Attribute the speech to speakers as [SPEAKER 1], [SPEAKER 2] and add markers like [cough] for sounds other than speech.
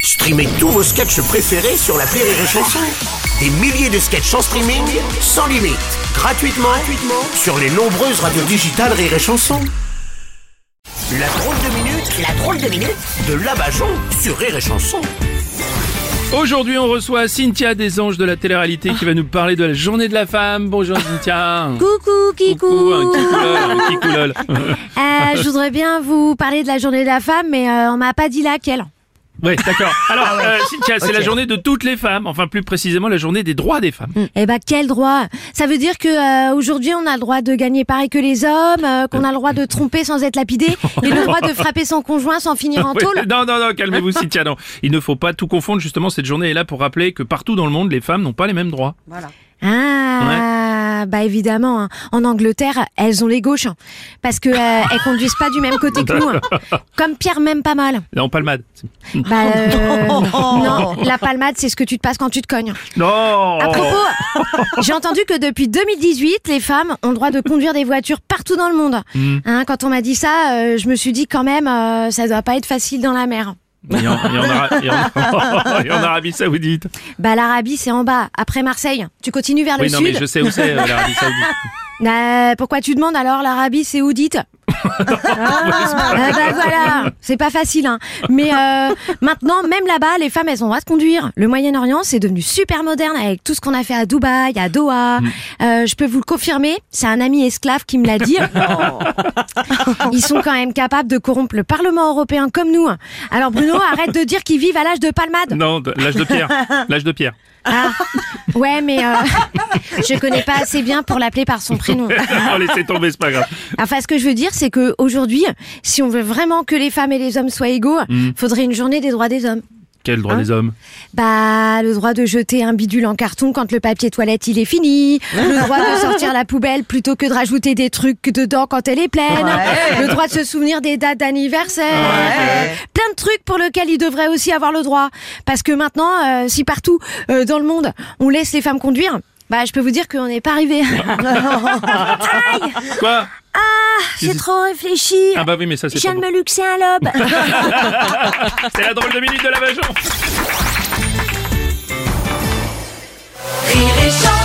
[SPEAKER 1] Streamez tous vos sketchs préférés sur la Rire et Chanson. Des milliers de sketchs en streaming, sans limite, gratuitement, gratuitement sur les nombreuses radios digitales Rire et Chanson. La drôle de minute, la drôle de minute de Labajon sur Rire et Chanson.
[SPEAKER 2] Aujourd'hui, on reçoit Cynthia des Anges de la télé-réalité qui va nous parler de la journée de la femme. Bonjour Cynthia.
[SPEAKER 3] Coucou Kikou
[SPEAKER 2] Coucou, un kikoulol, un kikoulol.
[SPEAKER 3] Euh, Je voudrais bien vous parler de la journée de la femme, mais euh, on m'a pas dit laquelle.
[SPEAKER 2] Ouais, d'accord. Alors, euh, Cynthia, c'est la journée de toutes les femmes. Enfin, plus précisément, la journée des droits des femmes.
[SPEAKER 3] Eh ben quel droit Ça veut dire que euh, aujourd'hui on a le droit de gagner pareil que les hommes, euh, qu'on a le droit de tromper sans
[SPEAKER 2] [laughs]
[SPEAKER 3] être lapidé, et le droit de frapper son conjoint sans finir en
[SPEAKER 2] Ouais,
[SPEAKER 3] tôle.
[SPEAKER 2] non, non, non, calmez-vous, Cynthia. Non, il ne faut pas tout confondre. Justement, cette journée est là pour rappeler que partout dans le monde, les femmes n'ont pas les mêmes droits.
[SPEAKER 3] Ah bah évidemment, hein. en Angleterre, elles ont les gauches, hein, parce que euh, elles conduisent pas du même côté que nous, hein. comme Pierre même pas mal.
[SPEAKER 2] Non, palmade. [laughs]
[SPEAKER 3] Bah, euh, non, la palmade c'est ce que tu te passes quand tu te cognes.
[SPEAKER 2] Non.
[SPEAKER 3] À propos, j'ai entendu que depuis 2018, les femmes ont le droit de conduire des voitures partout dans le monde.
[SPEAKER 2] Mm.
[SPEAKER 3] Hein, quand on m'a dit ça, euh, je me suis dit quand même, euh, ça doit pas être facile dans la mer.
[SPEAKER 2] Et en, et en Ara- et en- [laughs] et en Arabie Saoudite.
[SPEAKER 3] Bah l'Arabie, c'est en bas, après Marseille. Tu continues vers
[SPEAKER 2] Oui,
[SPEAKER 3] le
[SPEAKER 2] non,
[SPEAKER 3] sud.
[SPEAKER 2] mais je sais où c'est euh, l'Arabie Saoudite.
[SPEAKER 3] Euh, pourquoi tu demandes alors l'Arabie saoudite Ah, bah voilà, c'est pas facile. Hein. Mais euh, maintenant, même là-bas, les femmes, elles ont le droit de conduire. Le Moyen-Orient, c'est devenu super moderne avec tout ce qu'on a fait à Dubaï, à Doha. Euh, je peux vous le confirmer, c'est un ami esclave qui me l'a dit. Ils sont quand même capables de corrompre le Parlement européen comme nous. Alors Bruno, arrête de dire qu'ils vivent à l'âge de palmade.
[SPEAKER 2] Non, de- l'âge de pierre. L'âge de pierre.
[SPEAKER 3] Ah, ouais, mais euh, [laughs] je connais pas assez bien pour l'appeler par son prénom.
[SPEAKER 2] [laughs] On Oh, laissez tomber, c'est pas grave.
[SPEAKER 3] Enfin, ce que je veux dire, c'est que aujourd'hui, si on veut vraiment que les femmes et les hommes soient égaux, faudrait une journée des droits des hommes.
[SPEAKER 2] Quel droit des hommes
[SPEAKER 3] Bah, le droit de jeter un bidule en carton quand le papier toilette il est fini, le droit de sortir la poubelle plutôt que de rajouter des trucs dedans quand elle est pleine, le droit de se souvenir des dates d'anniversaire, euh, plein de trucs pour lesquels il devrait aussi avoir le droit. Parce que maintenant, euh, si partout euh, dans le monde on laisse les femmes conduire, bah je peux vous dire qu'on n'est pas arrivé.
[SPEAKER 2] Quoi
[SPEAKER 3] [laughs] J'ai trop réfléchi.
[SPEAKER 2] Ah bah oui, mais ça
[SPEAKER 3] Je
[SPEAKER 2] c'est
[SPEAKER 3] viens
[SPEAKER 2] pas
[SPEAKER 3] de
[SPEAKER 2] bon.
[SPEAKER 3] me luxer un lobe.
[SPEAKER 2] C'est la drôle de minute de la Bajon
[SPEAKER 4] Rire et chanson